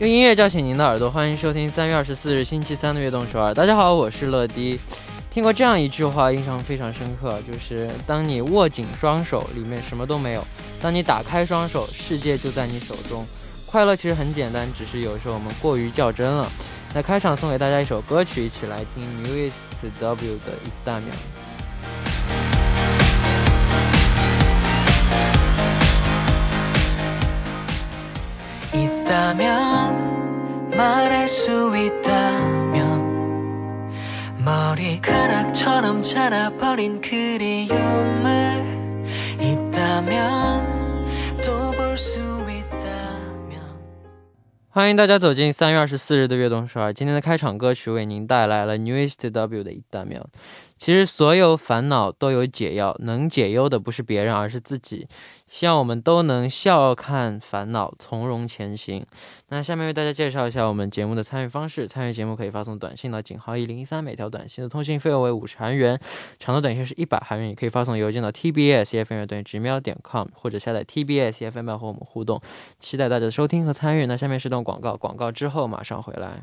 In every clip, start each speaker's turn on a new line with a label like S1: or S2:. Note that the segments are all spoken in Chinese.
S1: 用音乐叫醒您的耳朵，欢迎收听三月二十四日星期三的《悦动首尔》。大家好，我是乐迪。听过这样一句话，印象非常深刻，就是当你握紧双手，里面什么都没有；当你打开双手，世界就在你手中。快乐其实很简单，只是有时候我们过于较真了。那开场送给大家一首歌曲，一起来听 Newest W 的一大秒。
S2: 있다면 말할 수 있다면 머리카락처럼 자라버린 그리움을 있다면 또 볼 수 있다면
S1: 欢迎大家走进三月二十四日的悦动首尔。今天的开场歌曲为您带来了 Newest W 的一大秒。其实所有烦恼都有解药，能解忧的不是别人，而是自己。希望我们都能笑看烦恼，从容前行。那下面为大家介绍一下我们节目的参与方式。参与节目可以发送短信到井号一零一三，每条短信的通信费用为五十韩元，长的短信是一百韩元。也可以发送邮件到 tbsfm 等于直瞄点 com，或者下载 tbsfm 和我们互动。期待大家的收听和参与。那下面是段广告，广告之后马上回来。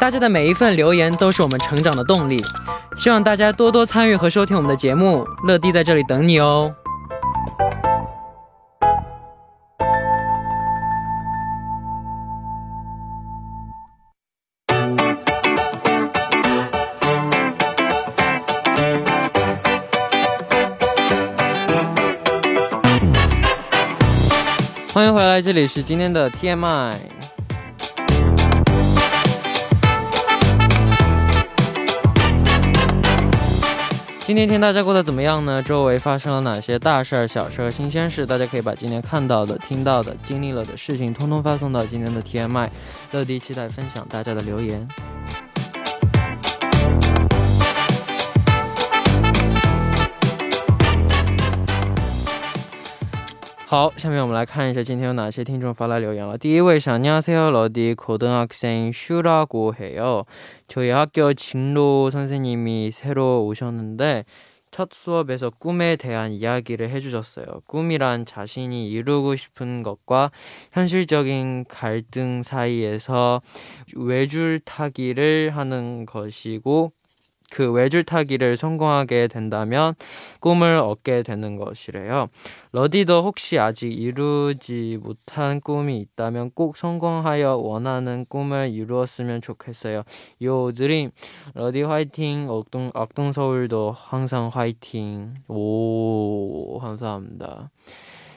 S1: 大家的每一份留言都是我们成长的动力，希望大家多多参与和收听我们的节目。乐迪在这里等你哦。欢迎回来，这里是今天的 TMI。今天一天大家过得怎么样呢？周围发生了哪些大事儿、小事儿、新鲜事？大家可以把今天看到的、听到的、经历了的事情，通通发送到今天的 TMI。乐迪期待分享大家的留言。好，下面我们来看一下今天有哪些听众发来留言了。第一位是안녕하세요러디고등학생슈라고해요저희학교진로선생님이새로오셨는데첫 수업에서 꿈에 대한 이야기를 해주셨어요. 꿈이란 자신이 이루고 싶은 것과 현실적인 갈등 사이에서 외줄타기를 하는 것이고 그 외줄타기를 성공하게 된다면 꿈을 얻게 되는 것이래요. 러디도 혹시 아직 이루지 못한 꿈이 있다면 꼭 성공하여 원하는 꿈을 이루었으면 좋겠어요. 요 드림 러디 화이팅 억동 억동 서울도 항상 화이팅. 오 감사합니다.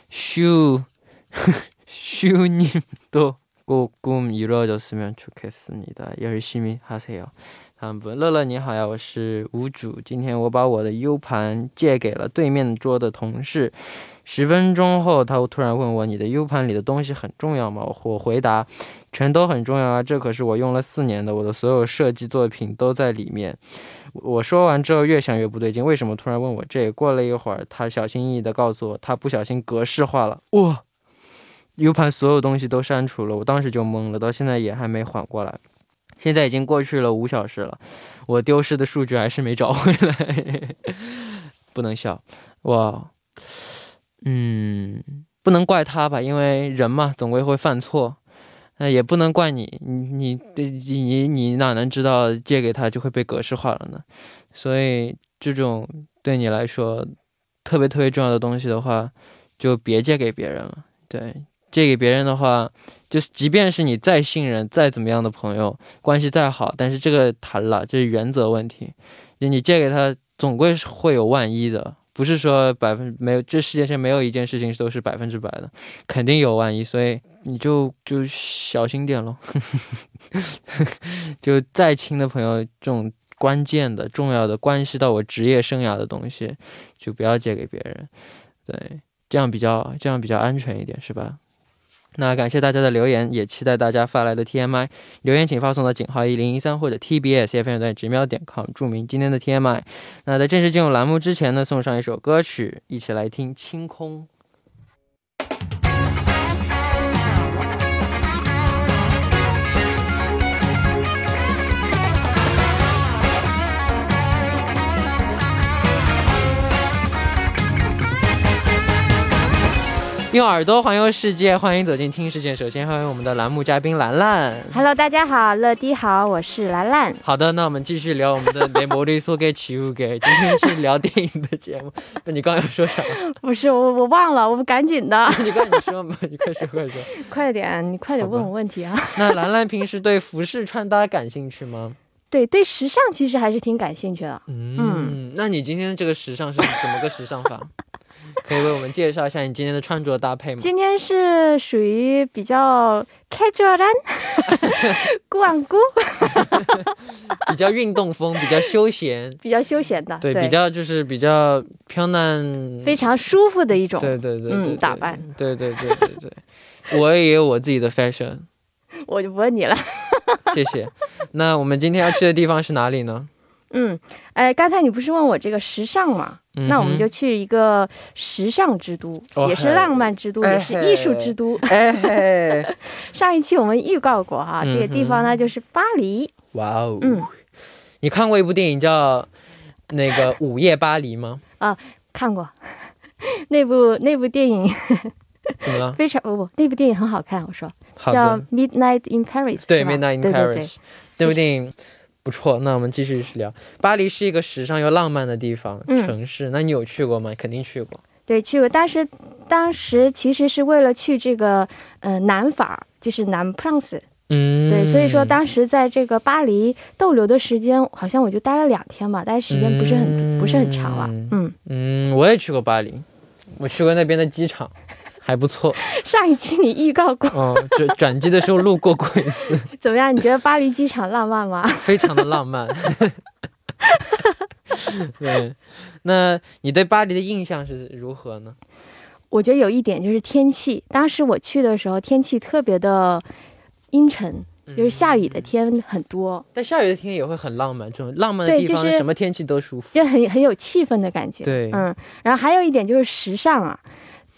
S1: 슈 슈님도 꼭 꿈 이루어졌으면 좋겠습니다. 열심히 하세요. 嗯，不，乐乐你好呀，我是吴主。今天我把我的 U 盘借给了对面桌的同事，十分钟后他突然问我：“你的 U 盘里的东西很重要吗？”我回答：“全都很重要啊，这可是我用了四年的，我的所有设计作品都在里面。”我说完之后越想越不对劲，为什么突然问我这？过了一会儿，他小心翼翼地告诉我，他不小心格式化了。哇，U 盘所有东西都删除了，我当时就懵了，到现在也还没缓过来。现在已经过去了五小时了，我丢失的数据还是没找回来， 不能笑，我，嗯，不能怪他吧，因为人嘛，总归会犯错，那、也不能怪你，你你你你你哪能知道借给他就会被格式化了呢？所以这种对你来说特别特别重要的东西的话，就别借给别人了。对，借给别人的话，就是即便是你再信任、再怎么样的朋友，关系再好，但是这个谈了，这是原则问题。就你借给他，总归是会有万一的，不是说百分没有，这世界上没有一件事情都是百分之百的，肯定有万一，所以你就就小心点咯。 就再亲的朋友，这种关键的、重要的、关系到我职业生涯的东西，就不要借给别人。对，这样比较这样比较安全一点，是吧？那感谢大家的留言，也期待大家发来的 TMI 留言，请发送到井号一零一三或者 TBS FM 在直瞄点 com，注明今天的 TMI。那在正式进入栏目之前呢，送上一首歌曲，一起来听《清空》。用耳朵环游世界，欢迎走进听世界。首先欢迎我们的栏目嘉宾兰兰。
S3: Hello，大家好，乐迪好，我是兰兰。
S1: 好的，那我们继续聊我们的联播利索给起舞给，今天是聊电影的节目。 那你刚刚要说啥？
S3: 不是我，我忘了，我们赶紧的，
S1: 你快你说嘛，你快说快 说。
S3: 快点，你快点
S1: 好吧
S3: 问我问题啊。
S1: 那兰兰平时对服饰穿搭感兴趣吗？
S3: 对对，时尚其实还是挺感兴趣的。
S1: 嗯，
S3: 嗯
S1: 那你今天这个时尚是怎么个时尚 法？可以为我们介绍一下你今天的穿着搭配吗？
S3: 今天是属于比较 casualan，逛姑，
S1: 比较运动风，比较休 闲，
S3: 比较休闲的，
S1: 对，比较就是比较漂亮，
S3: 非常舒服的一种。
S1: 对对对对
S3: 嗯
S1: 对
S3: 打扮，
S1: 对对对对对，我也有我自己的 fashion，
S3: 我就不问你了。
S1: 谢谢。那我们今天要去的地方是哪里呢？
S3: 嗯，哎，刚才你不是问我这个时尚吗？
S1: 嗯哼
S3: 那我们就去一个时尚之都，
S1: 哦
S3: 也是
S1: 嘿
S3: 浪漫之都，
S1: 哎
S3: 也是艺术
S1: 嘿
S3: 之都。
S1: 哎嘿，
S3: 上一期我们预告过
S1: 嗯
S3: 哈，这个地方呢就是巴黎。
S1: 哇哦，
S3: 嗯，
S1: 你看过一部电影叫那个《午夜巴黎》吗？
S3: 看过 那部那部电影，
S1: 怎么了？
S3: 非常不不，那部电影很好看。我说
S1: 好
S3: 叫
S1: 的
S3: 《Midnight in Paris》是吧，
S1: 对，《Midnight in
S3: 对对对
S1: Paris》这部电影不错。那我们继续聊。巴黎是一个时尚又浪漫的地方、
S3: 嗯
S1: 城市，那你有去过吗？肯定去过。
S3: 对，去过。当时当时其实是为了去这个呃南法，就是南 Prance。
S1: 嗯，
S3: 对，所以说当时在这个巴黎逗留的时间，好像我就待了两天吧，但是时间不是很、不是很长了。嗯，
S1: 嗯，我也去过巴黎，我去过那边的机场，还不错。
S3: 上一期你预告过，
S1: 嗯，转转机的时候路过过一次，
S3: 怎么样？你觉得巴黎机场浪漫吗？
S1: 非常的浪漫。 对，那你对巴黎的印象是如何呢？
S3: 我觉得有一点就是天气，当时我去的时候天气特别的阴沉，就是下雨的天很多，
S1: 但下雨的天也会很浪漫，这种浪漫的
S3: 对
S1: 地方
S3: 就是
S1: 什么天气都舒服。
S3: 就很很有气氛的感觉。
S1: 对
S3: 嗯，然后还有一点就是时尚啊。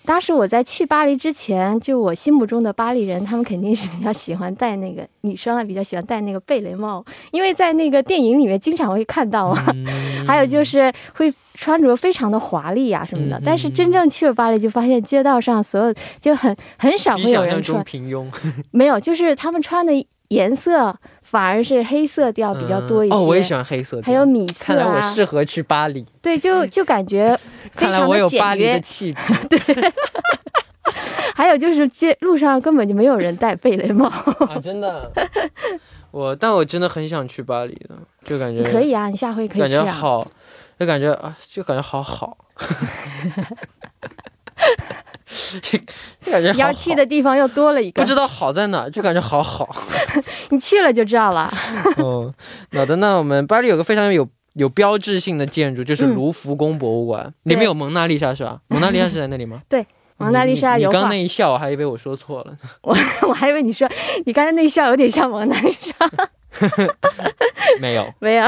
S3: 当时我在去巴黎之前，就我心目中的巴黎人，他们肯定是比较喜欢戴那个女生啊，比较喜欢戴那个贝雷帽，因为在那个电影里面经常会看到嘛。
S1: 嗯
S3: 还有就是会穿着非常的华丽啊什么的，
S1: 嗯
S3: 但是真正去了巴黎就发现街道上所有就很很少
S1: 比
S3: 会有
S1: 想嗯
S3: 人
S1: 象
S3: 穿
S1: 中平庸，
S3: 没有，就是他们穿的颜色反而是黑色调啊比较多一些。
S1: 嗯哦，我也喜欢黑色的。
S3: 还有米色
S1: 看来我
S3: 啊，
S1: 适合去巴黎，
S3: 对，就就感觉非
S1: 看来
S3: 常
S1: 我
S3: 的
S1: 有巴
S3: 简
S1: 黎的
S3: 约。
S1: 气质。
S3: 还有就是街路上根本就没有人戴贝 雷帽。
S1: 啊，真的，我但我真的很想去巴黎的，就感觉
S3: 可以啊，你下回可以
S1: 感
S3: 去
S1: 觉
S3: 啊。
S1: 好，就感觉啊，就感觉好好， 就感觉
S3: 你要
S1: 好
S3: 去
S1: 好
S3: 的地方又多了一
S1: 不
S3: 个
S1: 知，道好在哪儿，就感觉好好。
S3: 你去了就知道了。
S1: 嗯，好的，那我们巴黎有个非常有有标志性的建筑，就是
S3: 嗯
S1: 卢浮宫博物馆，里面
S3: 对
S1: 有蒙娜丽莎是吧？蒙娜丽莎是在那里吗？
S3: 对
S1: 嗯，
S3: 蒙娜丽莎
S1: 你你
S3: 油
S1: 刚
S3: 画
S1: 那一笑，我还以为我说错了。
S3: 我还以为你说你刚才那笑有点像蒙娜丽莎，
S1: 没有，
S3: 没有，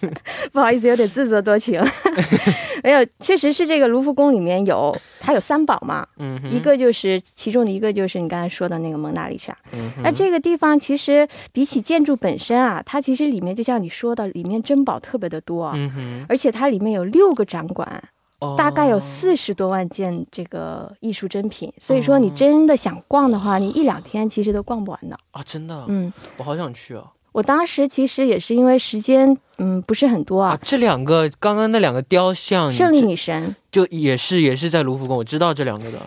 S3: 不好意思，有点自作多情。 没有，确实是这个卢浮宫里面有，它有三宝嘛，
S1: 嗯哼，
S3: 一个就是其中的一个就是你刚才说的那个蒙娜丽莎。
S1: 嗯哼，
S3: 那这个地方其实比起建筑本身啊，它其实里面就像你说的，里面珍宝特别的多。啊
S1: 嗯哼，
S3: 而且它里面有六个展馆，
S1: 哦
S3: 大概有四十多万件这个艺术珍
S1: 哦
S3: 品，所以说你真的想逛的话，你一两天其实都逛不完的。
S1: 啊，真的，
S3: 嗯，
S1: 我好想去哦。
S3: 我当时其实也是因为时间，嗯，不是很多
S1: 啊
S3: 啊，。
S1: 这两个刚刚那两个雕像，
S3: 胜利
S1: 这
S3: 女神，
S1: 就也是也是在卢浮宫，我知道这两个的。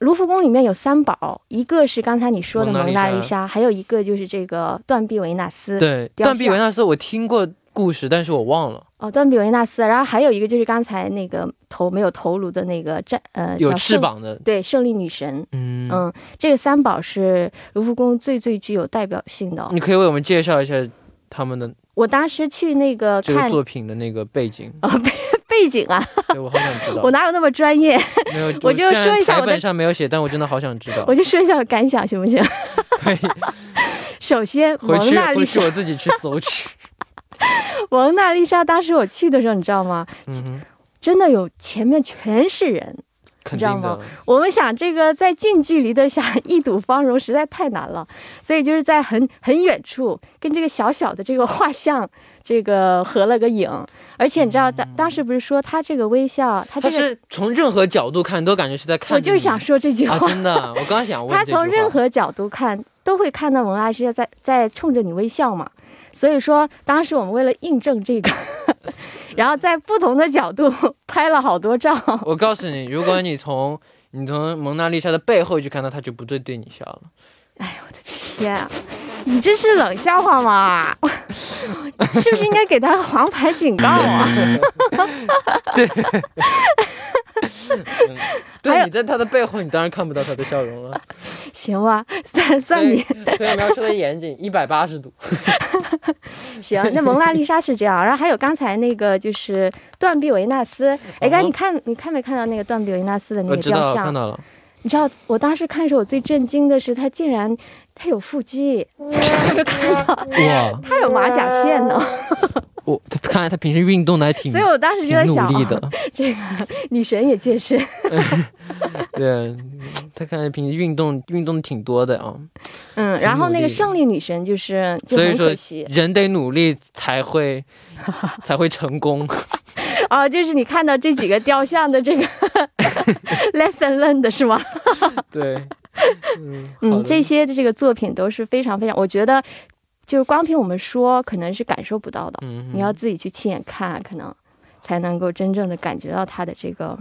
S3: 卢浮宫里面有三宝，一个是刚才你说的
S1: 蒙娜
S3: 蒙娜
S1: 丽莎
S3: 丽莎，还有一个就是这个断臂维纳斯。
S1: 对，
S3: 雕
S1: 断臂
S3: 像
S1: 维纳斯我听过故事，但是我忘了。
S3: 哦，断臂维纳斯，然后还有一个就是刚才那个头没有头颅的那个战，呃，
S1: 有
S3: 叫
S1: 翅
S3: 胜，
S1: 膀的，
S3: 对，胜利女神。
S1: 嗯
S3: 嗯，这个三宝是卢浮宫最最具有代表性的哦。
S1: 你可以为我们介绍一下他们的
S3: 我当时去那个
S1: 这个
S3: 看
S1: 作品的那个背景。
S3: 啊，背背景啊，
S1: 对我好想知道
S3: 我。哪有那么专业？
S1: 没有，
S3: 我就
S1: 虽然
S3: 说一下
S1: 台
S3: 我的
S1: 本上没有写，但我真的好想知道
S3: 我。就说一下我感想行不 行？
S1: 可以
S3: 首先，
S1: 回
S3: 蒙
S1: 去
S3: 娜丽
S1: 回去
S3: 莎，
S1: 我自己去搜 去。
S3: 蒙娜丽莎，当时我去的时候，你知道吗？
S1: 嗯哼，
S3: 真的有前面全是人。
S1: 肯
S3: 知道
S1: 定的
S3: 吗。我们想这个在近距离的想一睹芳容实在太难了，所以就是在很很远处跟这个小小的这个画像这个合了个影，而且你知道当当时不是说他这个微笑，他
S1: 他
S3: 这个
S1: 是从任何角度看都感觉是在看着你。
S3: 我就是想说这句话，
S1: 啊， 真的啊，我刚想问
S3: 他
S1: 这句话
S3: 从任何角度看都会看到蒙娜丽莎在在冲着你微笑嘛。所以说，当时我们为了印证这个， 然后在不同的角度 拍了好多照。
S1: 我告诉你，如果你从你从蒙娜丽莎的背后去看她，她就不对对你笑了。
S3: 天啊，你这是冷笑话吗？ 是不是应该给他黄牌警告啊？ 还
S1: 对，
S3: 有
S1: 你在她的背后，你当然看不到她的笑容 了。
S3: 行吧，算算你
S1: 所以，所以描述的严谨，一百八十度。
S3: 行。那蒙娜丽莎是这样，然后还有刚才那个就是断臂维纳斯。哎，刚才你看你看没看到那个断臂维纳斯的那
S1: 哦我
S3: 个
S1: 知
S3: 雕
S1: 道，看
S3: 像？
S1: 到了。
S3: 你知道我当时看的时候，我最震惊的是他竟然他有腹肌，就看到
S1: 哇，
S3: 他有马甲线呢，
S1: 我他看来她平时运动的还挺
S3: 所以我当时就
S1: 挺
S3: 在
S1: 努
S3: 想，
S1: 力的。
S3: 这个女神也健身。
S1: 对，她看来平时运动运动挺多的啊。
S3: 嗯，然后那
S1: 挺努力的
S3: 个胜利女神就是就
S1: 所以
S3: 很
S1: 说
S3: 可惜，
S1: 人得努力才 会才会成功。
S3: 哦，就是你看到这几个雕像的 这个 lesson learned 是吗？
S1: 对，嗯，好
S3: 嗯，
S1: 的
S3: 这些的这个作品都是非常非常，我觉得就是光凭我们说，可能是感受不到的，
S1: 嗯哼，
S3: 你要自己去亲眼看，可能才能够真正的感觉到它的这个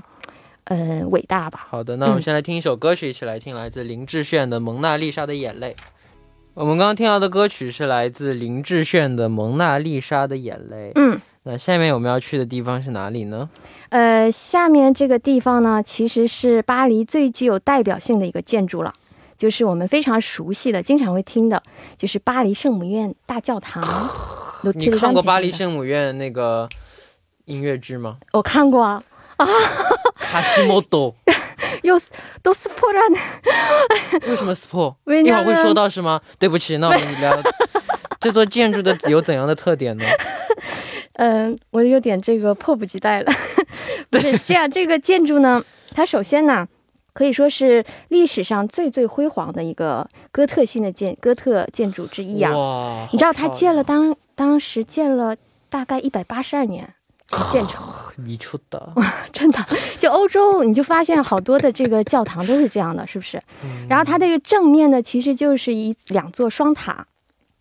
S3: 嗯、呃伟大吧。
S1: 好的，那我们
S3: 嗯
S1: 先来听一首歌曲，一起来听来自林志炫的《蒙娜丽莎的眼泪》。我们刚刚听到的歌曲是来自林志炫的《蒙娜丽莎的眼泪》。
S3: 嗯，
S1: 那下面我们要去的地方是哪里呢？
S3: 呃，下面这个地方呢，其实是巴黎最具有代表性的一个建筑了。就是我们非常熟悉的，经常会听的，就是巴黎圣母院大教 堂。
S1: 你看过
S3: Notre-Dame
S1: 巴黎
S3: 的
S1: 圣母院那个音乐剧吗？
S3: 我看过啊，
S1: 卡西莫 多，
S3: 又是都是破烂的。
S1: 为什么 sport？
S3: 为
S1: 一会
S3: 那
S1: 儿会
S3: 个
S1: 说到是吗？对不起，那我们聊 这座建筑的有怎样的特点呢？
S3: 哎嗯、我有点这个迫不及待了。 不是是这样，这个建筑呢，它首先呢，可以说是历史上最最辉煌的一个哥特性的建哥特建筑之一啊。
S1: 哇，
S3: 你知道
S1: 好
S3: 它
S1: 漂
S3: 建了
S1: 亮
S3: 当当时建了大概一百八十二年。才建成
S1: 米丘的，
S3: 真的，就欧洲你就发现好多的这个教堂都是这样的，是不是？
S1: 嗯
S3: 然后它这个正面呢，其实就是一两座双塔，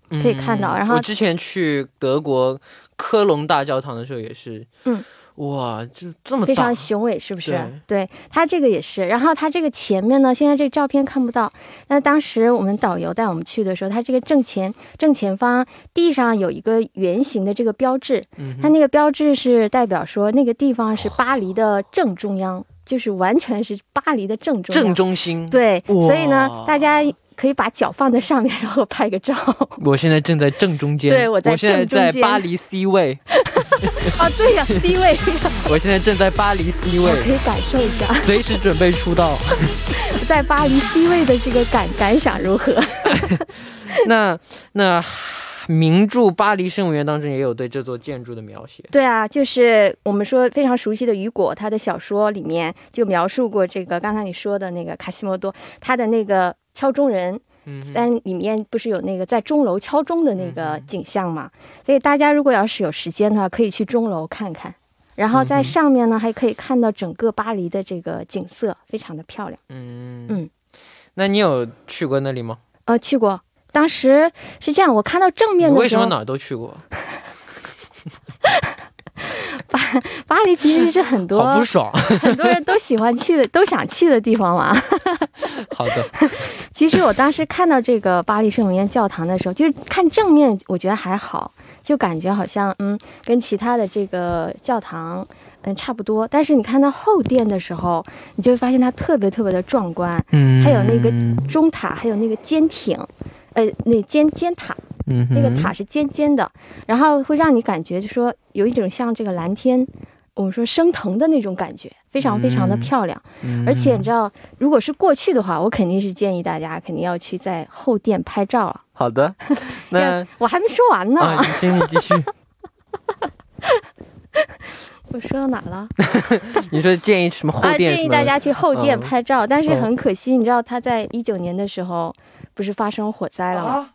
S3: 可以看到
S1: 嗯
S3: 然后
S1: 我之前去德国科隆大教堂的时候也是，
S3: 嗯，
S1: 哇，就这么
S3: 非
S1: 大
S3: 常，雄伟，是不是？
S1: 对
S3: 对，它这个也是。然后它这个前面呢，现在这个照片看不到。那当时我们导游带我们去的时候，它这个正前正前方地上有一个圆形的这个标志，
S1: 嗯哼
S3: 它那个标志是代表说那个地方是巴黎的正中央，就是完全是巴黎的正中央。
S1: 正中心。，
S3: 对，
S1: 哇
S3: 所以呢，大家可以把脚放在上面，然后 拍个照。
S1: 我现在正在正中间，
S3: 对我在
S1: 现在
S3: 正中
S1: 在
S3: 间
S1: 巴黎 C 位，
S3: 哦，对呀、低位，
S1: 我现在正在巴黎 C
S3: 我可
S1: 位，
S3: 以感受一下
S1: 随时准备出道。
S3: 在巴黎低位的这个感感想如何？
S1: 那那名著《巴黎圣母院》当中也有对这座建筑的描写。
S3: 对啊，就是我们说非常熟悉的雨果，他的小说里面就描述过这个刚才你说的那个卡西莫多，他的那个敲钟人，
S1: 嗯哼，嗯
S3: 但里面不是有那个在钟楼敲钟的那个景象嘛？所以大家如果要是有时间的话，可以去钟楼看看。然
S1: 嗯
S3: 后在上面呢，还可以看到整个巴黎的这个景色，非常的漂亮。
S1: 嗯
S3: 嗯
S1: 那你有去过那里吗？
S3: 呃，去过，当时是这样，我看到正
S1: 你
S3: 面
S1: 为
S3: 的时
S1: 什
S3: 候
S1: 么，哪儿都去过？
S3: 巴黎其实 是很多
S1: 好不爽。
S3: 很多人都喜欢去的，都想去的地方嘛。
S1: 好的，
S3: 其实我当时看到这个巴黎圣母院教堂的时候，就是看正面，我觉得还好，就感觉好像嗯，跟其他的这个教堂嗯差不多。但是你看到后殿的时候，你就会发现它特别特别的壮观，
S1: 嗯
S3: 还有那个中塔，还有那个尖顶，呃，那尖尖塔，
S1: 嗯哼
S3: 那个塔是尖尖的，然后会让你感觉就说有一种像这个蓝天。我们说升腾的那种感觉，非常非常的
S1: 嗯
S3: 漂亮。
S1: 嗯
S3: 而且你知道，如果是过去的话，我肯定是建议大家肯定要去在后殿拍照啊。
S1: 好 的，那
S3: 我还没说完呢，
S1: 啊，请你继 续。
S3: 我说到哪了？
S1: 你说建议什 么后
S3: 啊，
S1: 殿、
S3: 建议大家去后殿
S1: 嗯
S3: 拍照，但是
S1: 嗯
S3: 很可惜，你知道他在一九年的时候不是发生火灾了吗？
S1: 啊，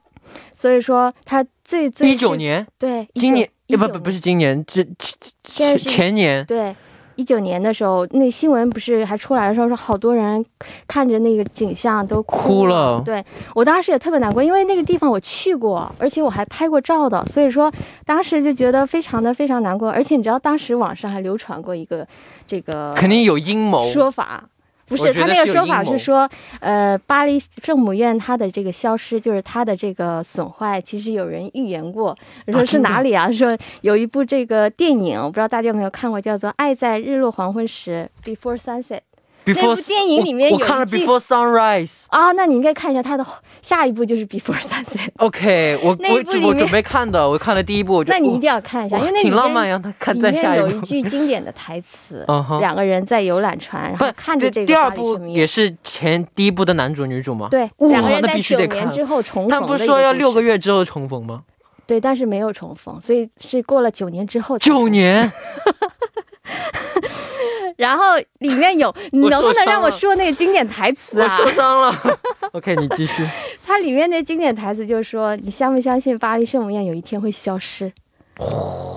S3: 所以说他最最
S1: 一九年，
S3: 对19
S1: 今年呃
S3: 19
S1: 不不不是今年，这这
S3: 现在
S1: 这
S3: 是
S1: 前年
S3: 对。一九年的时候，那新闻不是还出来的时候，说好多人看着那个景象都
S1: 哭了
S3: 对我当时也特别难过，因为那个地方我去过，而且我还拍过照的，所以说当时就觉得非常的非常难过。而且你知道，当时网上还流传过一个这个
S1: 肯定有阴谋。
S3: 说法。不
S1: 我觉
S3: 是，
S1: 得
S3: 他那
S1: 是
S3: 个
S1: 有
S3: 说法
S1: 阴谋
S3: 是说，呃，巴黎圣母院它的这个消失，就是它的这个损坏，其实有人预言过，说是
S1: 真的
S3: 哪里啊？说有一部这个电影，不知道大家有没有看过，叫做《爱在日落黄昏时》（Before Sunset）
S1: Before
S3: 那部电影里面
S1: 我
S3: 有
S1: 我看
S3: 一
S1: 了
S3: 句
S1: Before Sunrise。
S3: 啊，那你应该看一下它的下一部就是《Before Sunset》，
S1: OK，我
S3: 那一部里
S1: 我
S3: 面
S1: 我准备看的，我看了第一部，我就
S3: 那你一定要看一下，
S1: 哇
S3: 因为那里
S1: 挺浪漫
S3: 面
S1: 呀。那看
S3: 里
S1: 再下
S3: 面有
S1: 一
S3: 一
S1: 部，，
S3: 句经典的台词
S1: 嗯哼，
S3: 两个人在游览船，然后看着
S1: 这
S3: 这个
S1: 第二
S3: 巴黎
S1: 部
S3: 圣母院
S1: 也是前第一部的男主女主吗？
S3: 对，
S1: 哇
S3: 两个人
S1: 那
S3: 在
S1: 必须
S3: 九
S1: 得
S3: 年
S1: 看
S3: 之后重逢的
S1: 他
S3: 一
S1: 们不
S3: 个故
S1: 是
S3: 事。
S1: 说要六个月之后重逢吗？
S3: 对，但是没有重逢，所以是过了九年之后才
S1: 九。年，
S3: 然后里面有，你
S1: 我
S3: 能
S1: 受
S3: 不能
S1: 伤
S3: 让我
S1: 了
S3: 说那个经典台词
S1: 我
S3: 啊？
S1: 受伤了。OK，你 继续。
S3: 它里面那经典台词就是说：“你相不相信巴黎圣母院有一天会消 失？”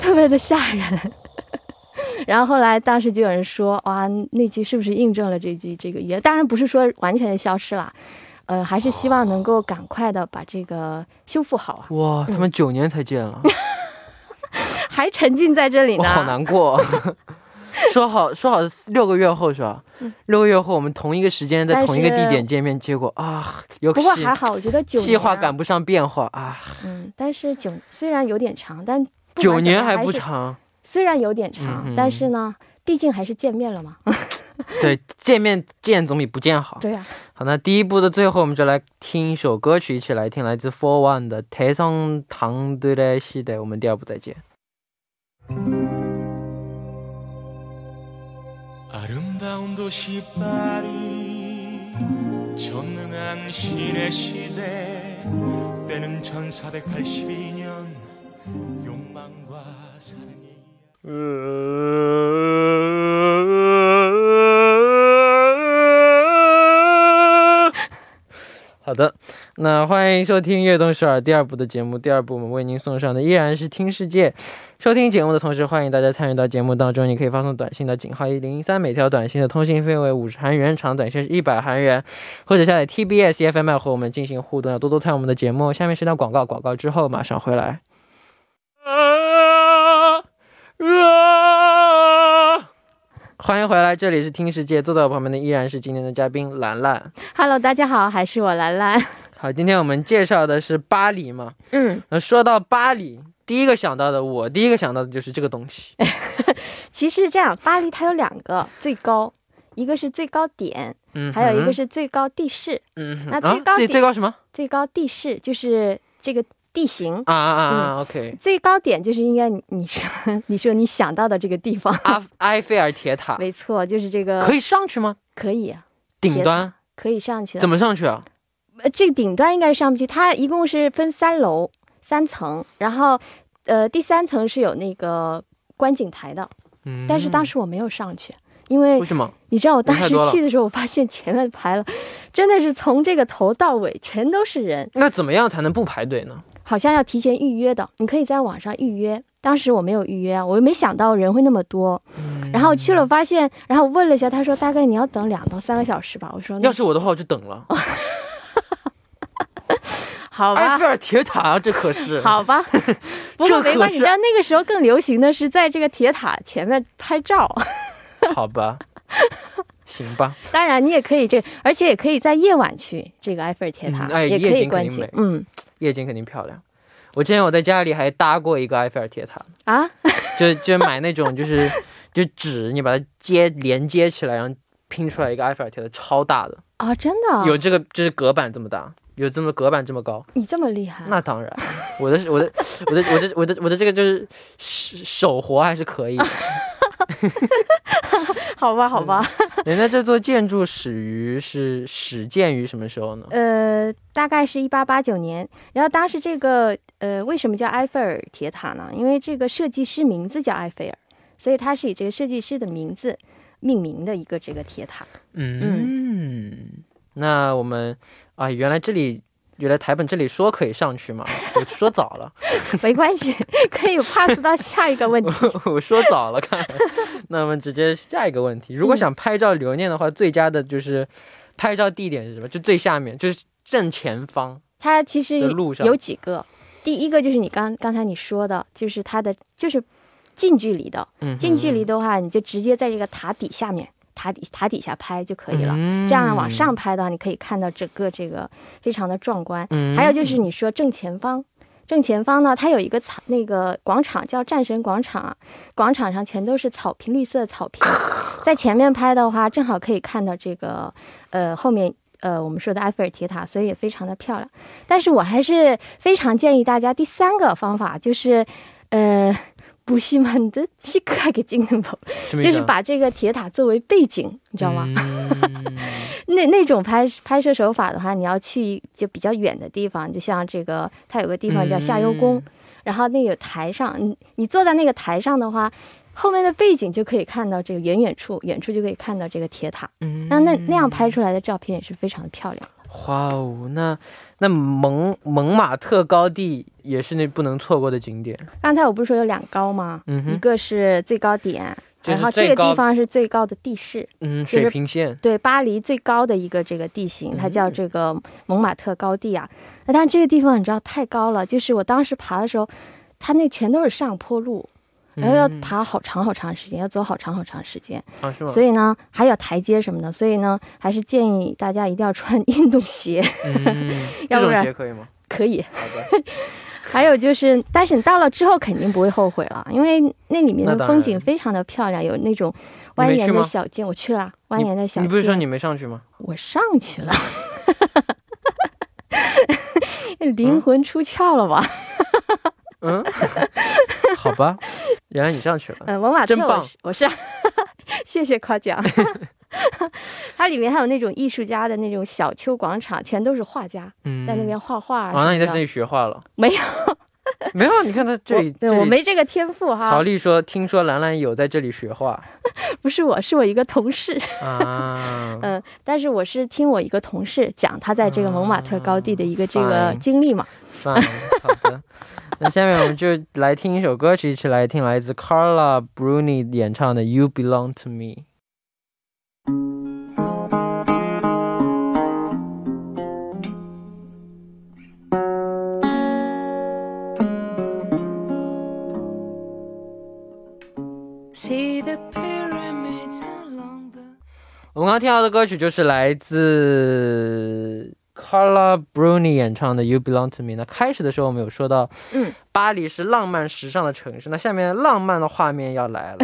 S3: 特别的吓人。 然后后来，当时就有人说：“哇，那句是不是印证了这句这个预言？”当然不是说完全的消失了，呃，还是希望能够赶快的把这个修复好啊。
S1: 哇，他们九年才见了，
S3: 还沉浸在这里
S1: 我
S3: 呢，
S1: 好难过。 说好说好六个月后是吧？六个月后我们同一个时间在
S3: 嗯但
S1: 同一个地
S3: 是
S1: 点见面，结果啊，有
S3: 不过还好，我觉得九年、啊、
S1: 计划赶不上变化啊，
S3: 嗯，但是九虽然有点长，但不管
S1: 九
S3: 怎么
S1: 年
S3: 样还
S1: 还不
S3: 是，
S1: 长。
S3: 虽然有点长，
S1: 嗯哼
S3: 但是呢，毕竟还是见面了嘛。
S1: 对，见面见总比不见好。
S3: 对呀、啊
S1: 好，那第一部的最后，我们就来听一首歌曲，一起来听来自 Four One 的《台上堂的来西的》，我们第二部再见。
S4: 아름다운 도시 파리 전능한 신의 시대 때는 1482년 욕망과 사랑이
S1: 好的，那欢迎收听《悦动首尔》第二部的节目。第二部我们为您送上的依然是听世界。收听节目的同时，欢迎大家参与到节目当中。你可以发送短信到井号一零一三，每条短信的通信费为五十韩元，长短信是一百韩元，或者下载 TBS FM app 和我们进行互动，要多多参与我们的节目。下面是段广告，广告之后马上回来。欢迎回来，这里是听世界，坐在我旁边的依然是今天的嘉宾兰兰。
S3: h e l l o 大家好，还是我兰 兰。
S1: 好，今天我们介绍的是巴黎嘛。
S3: 嗯，
S1: 那说到巴黎，第一个想到的，我第一个想到的就是这个东西。
S3: 哎其实这样，巴黎它有两个最高，一个是最高点，
S1: 嗯哼，
S3: 还有一个是最高地势。
S1: 嗯哼，
S3: 那最高
S1: 啊、最
S3: 点
S1: 最高什么？
S3: 最高地势就是这个地形。
S1: 啊啊啊
S3: 嗯
S1: 啊！OK，
S3: 最高点就是应该你你说你说你想到的这个地方，
S1: 阿埃菲尔铁塔
S3: 没错，就是这个
S1: 可以上去吗？
S3: 可以啊
S1: 顶端
S3: 可以上去的
S1: 怎。么上去啊？
S3: 呃，这个顶端应该是上不去，它一共是分三楼、三层，然后呃第三层是有那个观景台的，
S1: 嗯，
S3: 但是当
S1: 时
S3: 时我没有上去。因为
S1: 为什么？
S3: 你知道，我当
S1: 太
S3: 时
S1: 多了
S3: 去的时候，我发现前面排了，真的是从这个头到尾全都是人，
S1: 那怎么样才能不排队呢？
S3: 好像要提前预约的。你可以在网上预约，当时我没有预约啊，我又没想到人会那么多。然后去了发现，然后问了一下，他说大概你要等两到三个小时吧。我说那
S1: 嗯要是我的话，我就等了。
S3: 哦好吧，
S1: 埃菲尔铁塔，啊这可是
S3: 啊 好吧，不过
S1: 这可
S3: 没关系，
S1: 是
S3: 你知道那个时候更流行的是在这个铁塔前面拍 照，
S1: 好吧，行吧。
S3: 当然你也可以这，而且也可以在夜晚去这个埃菲尔铁塔，
S1: 嗯哎
S3: 也可
S1: 夜景
S3: 以
S1: 肯
S3: 观
S1: 定
S3: 景
S1: 美。
S3: 嗯
S1: 夜景肯定漂亮。我之前我在家里还搭过一个埃菲尔铁塔，
S3: 啊，
S1: 就就买那种就是就纸，你把它接连接起来，然后拼出来一个埃菲尔铁塔，超大的，
S3: 哦，真的啊，
S1: 有这个就是隔板这么大，有这么隔板这么高。
S3: 你这么厉害？
S1: 那当然， 我的我的我的我的我的我的这个就是手手活还是可以的。
S3: 好吧，好吧，
S1: 人家这座建筑始于是始建于什么时候呢？嗯
S3: 呃，大概是一八八九年。然后当时这个呃，为什么叫埃菲尔铁塔呢？因为这个设计师名字叫埃菲尔，所以它是以这个设计师的名字命名的一个这个铁塔。
S1: 嗯，那我们啊，原来这里原来台本这里说可以上去嘛，我说早了，
S3: 没关系， 可以 pass 到下一个问题。
S1: 我说早了，看来，那我们直接下一个问题，如果想拍照留念的话，最佳的就是拍照地点是什么？就最下面，就是正前方
S3: 它其实
S1: 的路上
S3: 有几个，第一个就是你刚刚才你说的，就是它的就是近距离的，
S1: 嗯哼，
S3: 近距离的话，你就直接在这个塔底下面，塔底塔底下拍就可以了。
S1: 嗯
S3: 这样往上，拍的话，你可以看到整个这个非常的壮观。
S1: 嗯
S3: 还有就是你说正前方，正前方呢，它有一个草那个广场叫战神广场啊，广场上全都是草坪，绿色的草坪。在前面拍的话，正好可以看到这个呃后面。呃，我们说的埃菲尔铁塔，所以也非常的漂亮。但是我还是非常建议大家第三个方法，就是，呃，不西曼的 西克给金的
S1: 什么意
S3: 就
S1: 思
S3: 是
S1: 啊
S3: 把啊这个铁塔作为背景，你知道吗？
S1: 嗯
S3: 那那种拍拍摄手法的话，你要去一就比较远的地方，就像这个，它有个地方叫夏幽宫，
S1: 嗯
S3: 然后那个台上，你你坐在那个台上的话，后面的背景就可以看到这个远远处，远处就可以看到这个铁塔。
S1: 嗯
S3: 那那那样拍出来的照片也是非常的漂亮。
S1: 哇哦，那那蒙蒙马特高地也是那不能错过的景点。
S3: 刚才我不是说有两高吗？
S1: 嗯
S3: 一
S1: 哼，
S3: 个是最高点，
S1: 就是
S3: 然后
S1: 最
S3: 这个
S1: 高
S3: 地方是最高的地势。
S1: 嗯，
S3: 就是
S1: 水平线。
S3: 对，巴黎最高的一个这个地形，它叫
S1: 嗯
S3: 这个蒙马特高地啊。那但这个地方你知道太高了，就是我当时爬的时候，它那全都是上坡路，然后要
S1: 嗯
S3: 爬好长好长时间，要走好长好长时间。
S1: 啊，是吗？
S3: 所以呢，还有台阶什么的，所以呢，还是建议大家一定要穿 运动鞋，
S1: 嗯，
S3: 要
S1: 这种
S3: 不然
S1: 鞋可以吗？
S3: 可以。
S1: 好的，
S3: 还有就是，但是你到了之后肯定不会后悔了，因为那里面
S1: 那
S3: 的
S1: 当
S3: 风景
S1: 然
S3: 非常的漂亮，有那种
S1: 你
S3: 蜿
S1: 没去
S3: 蜒的
S1: 吗
S3: 小径。我去了，蜿蜒的小径。
S1: 你不是说你没上去吗？
S3: 我上去 了，灵魂出窍了吧？
S1: 嗯，好吧，原来你上去了。
S3: 嗯，王马特
S1: 真
S3: 我
S1: 棒
S3: 是，我是， 谢谢 夸奖。它里面还有那种艺术家的那种小丘广场，全都是画家
S1: 嗯，
S3: 在那边画画啊什
S1: 啊，那你
S3: 么
S1: 在
S3: 的。
S1: 那里学画了？
S3: 没有，
S1: 没有，啊你看他这里，
S3: 我对
S1: 这里
S3: 我没这个天赋
S1: 曹
S3: 哈，
S1: 丽说，听说兰兰有在这里学画
S3: 不是我，是我一个同事。
S1: 啊。
S3: 嗯，但是我是听我一个同事讲他在这个蒙马特高地的一个这个
S1: 嗯
S3: 经历嘛。
S1: 算了，好的。那下面我们就来听一首歌曲，一起来听来自 Carla Bruni 演唱的《You Belong to Me》。
S5: See the pyramids along the
S1: 我们刚刚听到的歌曲就是来自 Carla Bruni 演唱的《You Belong to Me》。那开始的时候我们有说到，
S3: 嗯，
S1: 巴黎是浪漫时尚的城市。那下面浪漫的画面要 来了，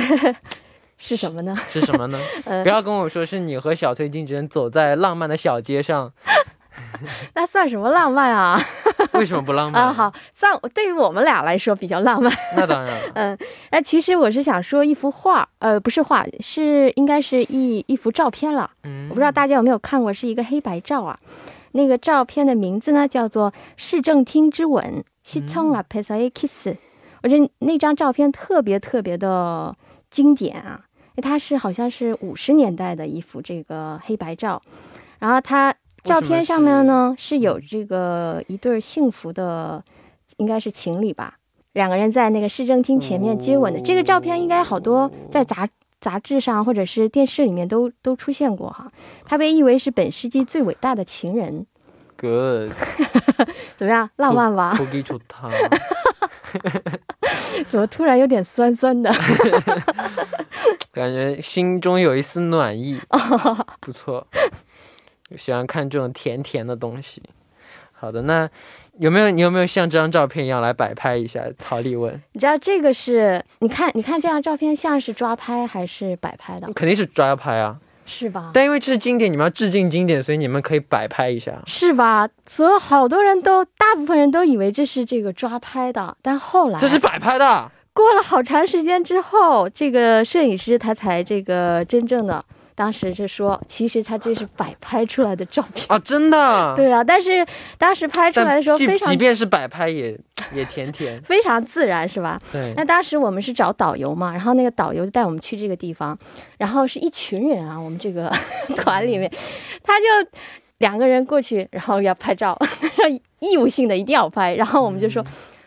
S3: 是什么呢？
S1: 是什么呢？
S3: 嗯
S1: 不要跟我说是你和小推金只能走在浪漫的小街上，
S3: 那算什么浪漫啊？
S1: 为什么不浪漫？
S3: 啊，，好，算对于我们俩来说比较浪漫。
S1: 那当然了。
S3: 嗯，那其实我是想说一幅画，呃，不是画，是应该是一一幅照片了。
S1: 嗯，
S3: 我不知道大家有没有看过，是一个黑白照啊。那个照片的名字呢，叫做《市政厅之吻》，西청아佩萨의 kiss。我觉得那张照片特别特别的经典啊，它是好像是五十年代的一幅这个黑白照，然后它照片上面呢是有这个一对幸福的，应该是情侣吧，两个人在那个市政厅前面接吻的。这个照片应该好多在杂杂志上或者是电视里面都都出现过哈。它被译为是本世纪最伟大的情人，
S1: good，
S3: 怎么样，浪漫吧？
S1: 보기 좋다。
S3: 怎么突然有点酸酸的？
S1: 感觉心中有一丝暖意，不错，喜欢看这种甜甜的东西。好的，那有没有你有没有像这张照片一样来摆拍一下？曹丽问，
S3: 你知道这个是？你看，你看这张照片像是抓拍还是摆拍的？
S1: 肯定是抓拍啊，
S3: 嗯是吧？
S1: 但因为这是经典，你们要致敬经典，所以你们可以摆拍一下。
S3: 是吧？所有好多人都，大部分人都以为这是这个抓拍的，但后来
S1: 这是摆拍的，
S3: 过了好长时间之后，这个摄影师他才这个真正的，当时就说，其实他这是摆拍出来的照 片。
S1: 啊，真的。
S3: 对啊，但是当时拍出来的时候
S1: 即
S3: 非
S1: 即
S3: 常。
S1: 便是摆拍也也甜甜
S3: 非常自然，是吧？
S1: 对
S3: 那，当时我们是找导游嘛，然后那个导游就带我们去这个地方，然后是一群人啊，我们这个 团里面，他就两个人过去，然后要拍照， 义务性的一定要拍，然后我们就说，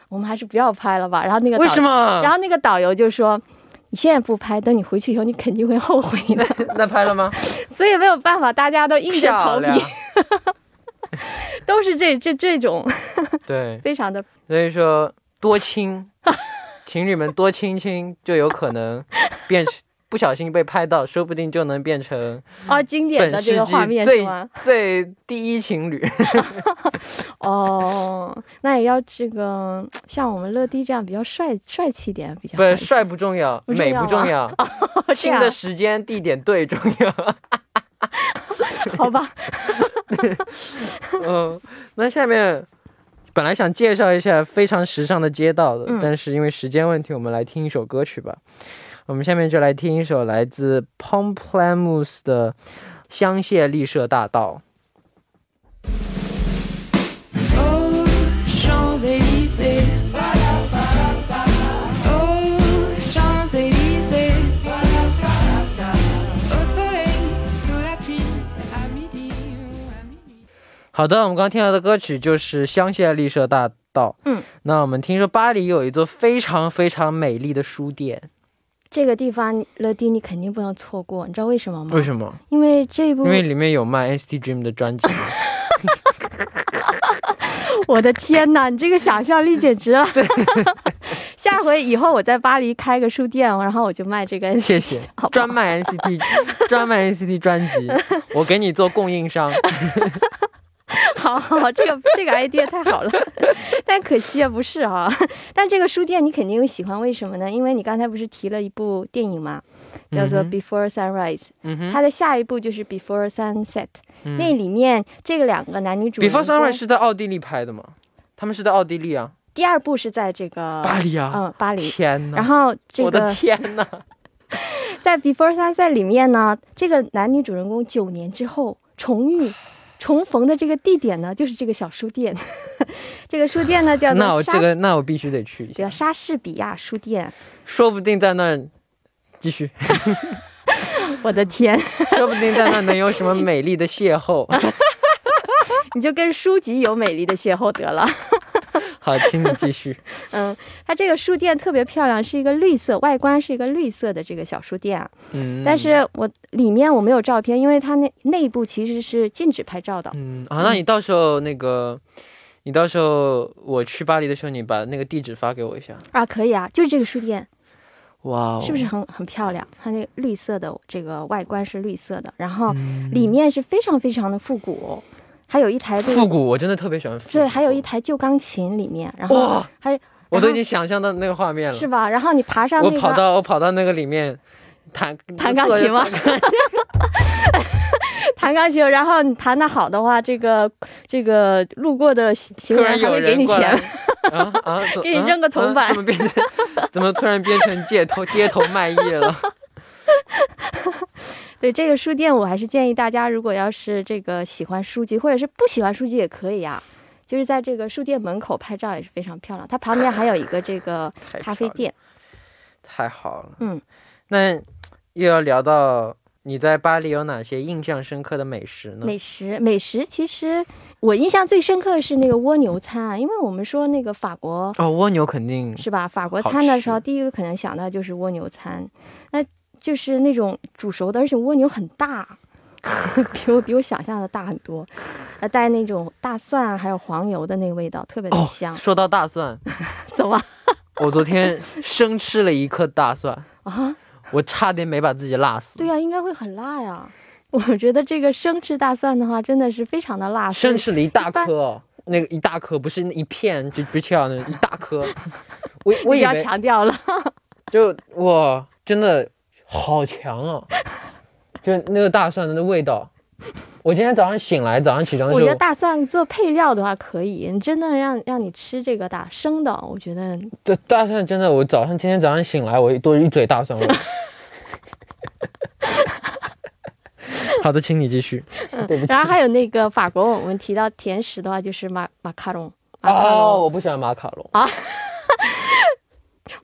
S3: 我们还是不要拍了吧。然后那个
S1: 嗯为
S3: 导
S1: 什么？
S3: 然后那个导游就说。你现在不拍，等你回去以后，你肯定会后悔 的。
S1: 那拍了吗？
S3: 所以没有办法，大家都 硬着
S1: 漂
S3: 头
S1: 亮
S3: 皮，。都是这这这种
S1: 对，
S3: 非常的
S1: 所以说多亲， 情侣们多亲亲，就有可能变成不小心被拍到，说不定就能变成
S3: 哦经典
S1: 嗯本
S3: 的这
S1: 世
S3: 个
S1: 纪
S3: 画面是
S1: 最
S3: 吗？
S1: 最第一情侣。
S3: 哦，那也要这个像我们乐迪这样比较帅帅气点比较
S1: 不
S3: 好一
S1: 是
S3: 些。
S1: 帅不重要，
S3: 不重
S1: 美
S3: 要啊哦
S1: 不重要，
S3: 这
S1: 亲
S3: 样啊
S1: 的时间、地点、对重要。
S3: 好吧？
S1: 嗯，那下面本来想介绍一下非常时尚的街道的，
S3: 嗯
S1: 但是因为时间问题，我们来听一首歌曲吧。我们下面就来听一首来自 Pomplamoose 的《香榭丽舍大道》。
S5: Aux Champs-Élysées. Aux Champs-Élysées. Au soleil, sous la pluie, à midi ou à minuit.
S1: 好的，我们刚刚听到的歌曲就是《香榭丽舍大道》。
S3: 嗯，
S1: 那我们听说巴黎有一座非常非常美丽的书店，
S3: 这个地方乐迪你肯定不能错过，你知道为什么吗？
S1: 为什么？
S3: 因为这部
S1: 因为里面有卖 ST Dream 的专辑。
S3: 嗯我的天呐，你这个想象力简直了！ 下回以后我在巴黎开个书店，然后我就卖 这个。
S1: 谢谢
S3: 好吧，
S1: 专卖 NCT，专卖 NCT 专辑，我给你做供应商。
S3: 好好好， 这个这个 idea 太好了， 但可惜啊，不是哈、但这个书店你肯定喜欢，为什么呢？因为你刚才不是提了一部电影吗？叫做
S1: 嗯哼
S3: 《Before Sunrise》，
S1: 嗯
S3: 它
S1: 哼，
S3: 的下一部就是《Before Sunset》，
S1: 嗯
S3: 那里面这个两个男女主人
S1: Before
S3: 公
S1: Sunrise 是在奥地利拍的吗？他们是在奥地利啊，
S3: 第二部是在这个
S1: 巴黎啊！
S3: 嗯，巴黎。
S1: 天哪！
S3: 然后这
S1: 我的
S3: 个
S1: 天哪！
S3: 在《Before Sunset》里面呢，这个男女主人公九年之后重遇、重逢的这个地点呢，就是这个小书店。 这个书店呢叫
S1: 那
S3: 做啊
S1: 我
S3: 莎
S1: 这个，那我必须得去一
S3: 叫
S1: 下，
S3: 莎士比亚书店。
S1: 说不定在那儿继续，
S3: 我的天，
S1: 说不定在那儿能有什么美丽的邂逅。
S3: 你就跟书籍有美丽的邂逅得了。
S1: 好，请你继 续。
S3: 嗯，它这个书店特别漂亮，是一个绿色，外观是一个绿色的这个小书店啊。
S1: 嗯，
S3: 但是我里面我没有照片，因为它那内部其实是禁止拍照的。
S1: 嗯啊，那你到时候那个，你到时候我去巴黎的时候，你把那个地址发给我一下。
S3: 啊，可以啊，就是这个书店，
S1: 哇哦，
S3: 是不是？很很漂亮？它那个绿色的这个外观是绿色的，然后
S1: 嗯
S3: 里面是非常非常的复古，还有一台这
S1: 复
S3: 个
S1: 古，我真的特别喜欢复古。
S3: 对，还有一台旧钢琴里面，然后
S1: 哇，
S3: 还
S1: 我都已经想象到那个画面了。
S3: 是吧？然后你爬上
S1: 我
S3: 那
S1: 跑
S3: 个
S1: 到我跑到那个里面弹
S3: 弹钢琴吗？ 弹钢琴，然后你弹的好的话，这个这个路过的行
S1: 突然
S3: 人还
S1: 有
S3: 会给
S1: 人
S3: 你
S1: 过来
S3: 钱。
S1: 啊啊！怎
S3: 给你扔个铜板
S1: 啊啊怎么变成？怎么突然变成街头街头卖艺 了？
S3: 对这个书店，我还是建议大家，如果要是这个喜欢书籍，或者是不喜欢书籍也可以啊，就是在这个书店门口拍照也是非常漂亮。它旁边还有一个这个
S1: 太
S3: 咖啡
S1: 漂亮
S3: 店，
S1: 太好了。
S3: 嗯，
S1: 那又要聊到你在巴黎有哪些印象深刻的美食呢？
S3: 美食美食。其实我印象最深刻的是那个蜗牛餐啊，因为我们说那个法国
S1: 哦，蜗牛肯定
S3: 是吧？法国
S1: 好
S3: 餐的时候，
S1: 吃
S3: 第一个可能想到就是蜗牛餐，那就是那种煮熟的，而且蜗牛很 大，比我比我想象的大很多，那带那种大蒜啊还有黄油的那味道，特别的
S1: 哦
S3: 香。。
S1: 说到大 蒜，
S3: 走吧，
S1: 我昨天生吃了一颗大蒜，
S3: 啊，
S1: 我差点没把自己辣死。
S3: 对呀、啊应该会很辣呀。我觉得这个生吃大蒜的话，真的是非常的辣，
S1: 生
S3: 甚
S1: 吃了一大
S3: 一般
S1: 颗哦，那个一大颗不是一片就不翘那一大 颗，我我
S3: 不
S1: 以
S3: 要
S1: 为
S3: 强调了。
S1: 就哇哦真的好强啊，就那个大蒜的那味道，我今天早上醒来，早上起床的
S3: 我
S1: 时
S3: 觉
S1: 候
S3: 得，大蒜做配料的话可以，你真的让让你吃这个大生的，我觉得
S1: 对大蒜真的，我早上今天早上醒来，我多一嘴大 蒜味。好的，请你继续。对不起
S3: 然后还有那个法国，我们提到甜食的话，就是马马卡龙。马卡龙啊
S1: 哦，我不喜欢马卡龙，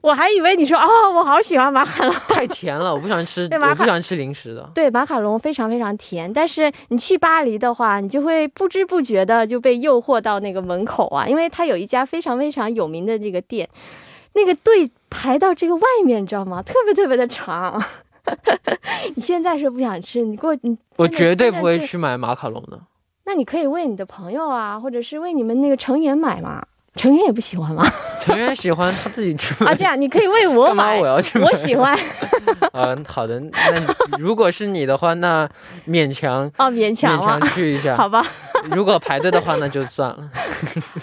S3: 我还以为你说哦，我好喜欢马卡龙。
S1: 太甜了，我不喜欢吃，
S3: 对马卡
S1: 我不喜欢吃零食的。
S3: 对，马卡龙非常非常甜，但是你去巴黎的话，你就会不知不觉的就被诱惑到那个门口啊，因为它有一家非常非常有名的这个店，那个队排到这个外面，你知道吗？特别特别的长。 你现在是不想吃，你过你
S1: 我
S3: 真的
S1: 绝对
S3: 真的
S1: 不会
S3: 是
S1: 去买马卡龙的。
S3: 那你可以为你的朋友啊，或者是为你们那个成员买嘛，成员也不喜欢嘛。
S1: 成员喜欢他自己吃
S3: 啊，这样你可以为我
S1: 干嘛
S3: 买，
S1: 我要去买
S3: 我喜欢
S1: 嗯，好的，那如果是你的话，那勉强
S3: 哦，勉强
S1: 勉
S3: 啊
S1: 强，去一下。
S3: 好吧，
S1: 如果排队的话，那就算了，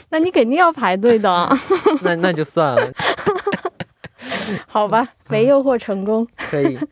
S3: 那你肯定要排 队的，
S1: 那那就算了，
S3: 好
S1: 嗯
S3: 吧，没诱惑成功。
S1: 可以。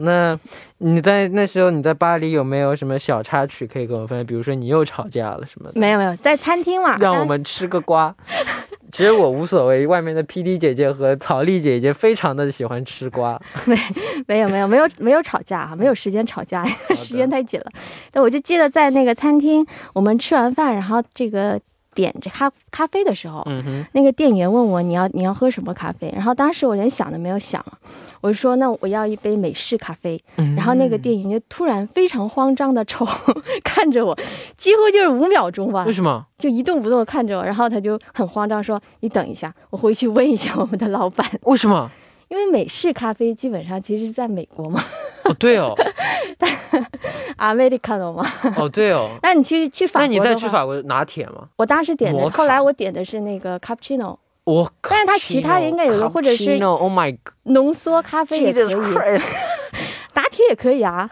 S1: 那你在那时候你在巴黎有没有什么小插曲可以跟我分享？比如说你又吵架了什么的，
S3: 没有没有，在餐厅嘛，
S1: 让我
S3: 当
S1: 们吃个瓜。 其实我无所谓，外面的 P D 姐姐和曹丽姐姐非常的喜欢吃瓜。
S3: 没有没有没有没有吵架啊，没有时间吵架， 时间太紧了。但我就记得在那个餐厅，我们吃完饭，然后这个点这咖咖啡的时候，
S1: 嗯哼，
S3: 那个店员问我你要你要喝什么咖啡，然后当时我连想都没有想，啊我就说那我要一杯美式咖啡，然后那个
S1: 嗯
S3: 店员就突然非常慌张的瞅 看着我，几乎就是五秒钟吧
S1: 为，什么？
S3: 就一动不动的看着我，然后他就很慌张说你等一下，我回去问一下我们的老板，
S1: 为什么？
S3: 因为美式咖啡基本上其实是在美国嘛
S1: 哦，对哦，
S3: ，Americano 嘛，
S1: 哦，对哦。
S3: 那你去去法
S1: 那
S3: 国
S1: 你再
S3: 的
S1: 去
S3: 话，
S1: 法国拿铁吗？
S3: 我当时点
S1: 摩
S3: 的，
S1: 卡
S3: 后来我点的是那个 cappuccino
S1: 我，
S3: 但是它其他的应该有个或者是
S1: Oh my
S3: 浓缩咖啡也可
S1: Jesus
S3: 以。
S1: Christ！
S3: 打铁也可以啊。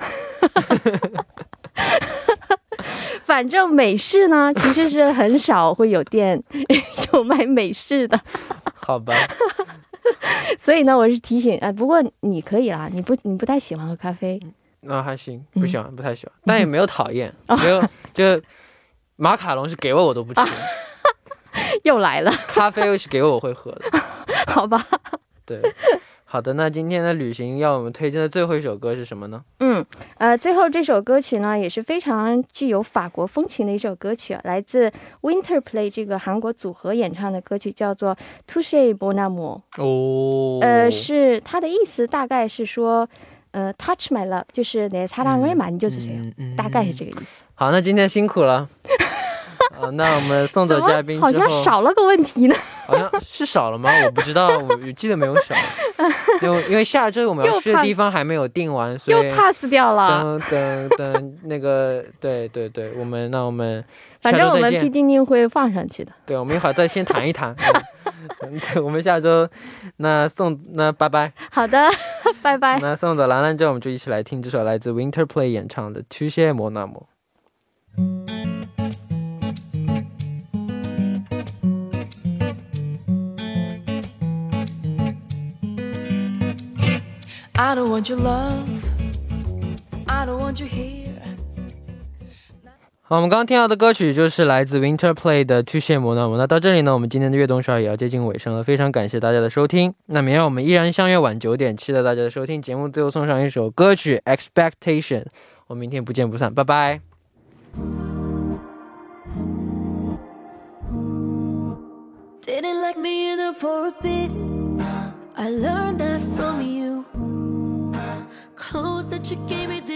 S3: 反正美式呢，其实是很少会有店有卖美式的，
S1: 好吧，
S3: 所以呢，我是提醒，哎，不过你可以啦，你不你不太喜欢喝咖啡，
S1: 那啊还行，
S3: 嗯
S1: 不喜欢，不太喜欢，但也没有讨厌，没有就马卡龙是给我我都不吃，
S3: 啊又来了，
S1: 咖啡是给我我会喝的。
S3: 好吧？
S1: 对，好的，那今天的旅行要我们推荐的最后一首歌是什么呢？
S3: 嗯，呃，最后这首歌曲呢，也是非常具有法国风情的一首歌曲啊，来自 Winterplay 这个韩国组合演唱的歌曲，叫做《Touche Bon Amour》。
S1: 哦
S3: 呃，是它的意思大概是说，呃，touch my love，就是내사랑을
S1: 嗯
S3: 많이줘주세요，大概是这
S1: 个。
S3: 个意思。
S1: 好，那今天辛苦了。好，那我们嗯送
S3: 怎
S1: 走
S3: 么
S1: 嘉宾之后，
S3: 好像少了个问题呢？
S1: 好像是少了吗？我不知道，我记得没有 少，因为因为下周我们要
S3: 又
S1: 去的
S3: 怕
S1: 地方还没有定完，所
S3: 又
S1: 以
S3: pass 掉了。
S1: 等等等 那个，对对对，我们那我们下
S3: 反正
S1: 周
S3: 我
S1: 再
S3: 们 P
S1: 见，
S3: D 定会放上去的。
S1: 对，我们一会儿再先谈一谈，嗯 对我们下周那送那拜拜，
S3: 好的， 拜拜。
S1: 那送走兰兰之后，我们就一起来听这首来自 Winterplay 演唱的《巨蟹摩纳摩》。
S5: I don't want your love. I don't want you here.
S1: 好，我们刚刚听到的歌曲就是来自 Winterplay 的《巨蟹摩纳摩》。那到这里呢，我们今天的悦动少也要接近尾声了，非常感谢大家的收听。那明天我们依然相约晚九点，期待大家的收听。节目最后送上一首歌曲《Expectation》，我们明天不见不散，拜拜。
S6: Didn't like me either for a bit. I learned that from you. Clothes that you gave me didn't.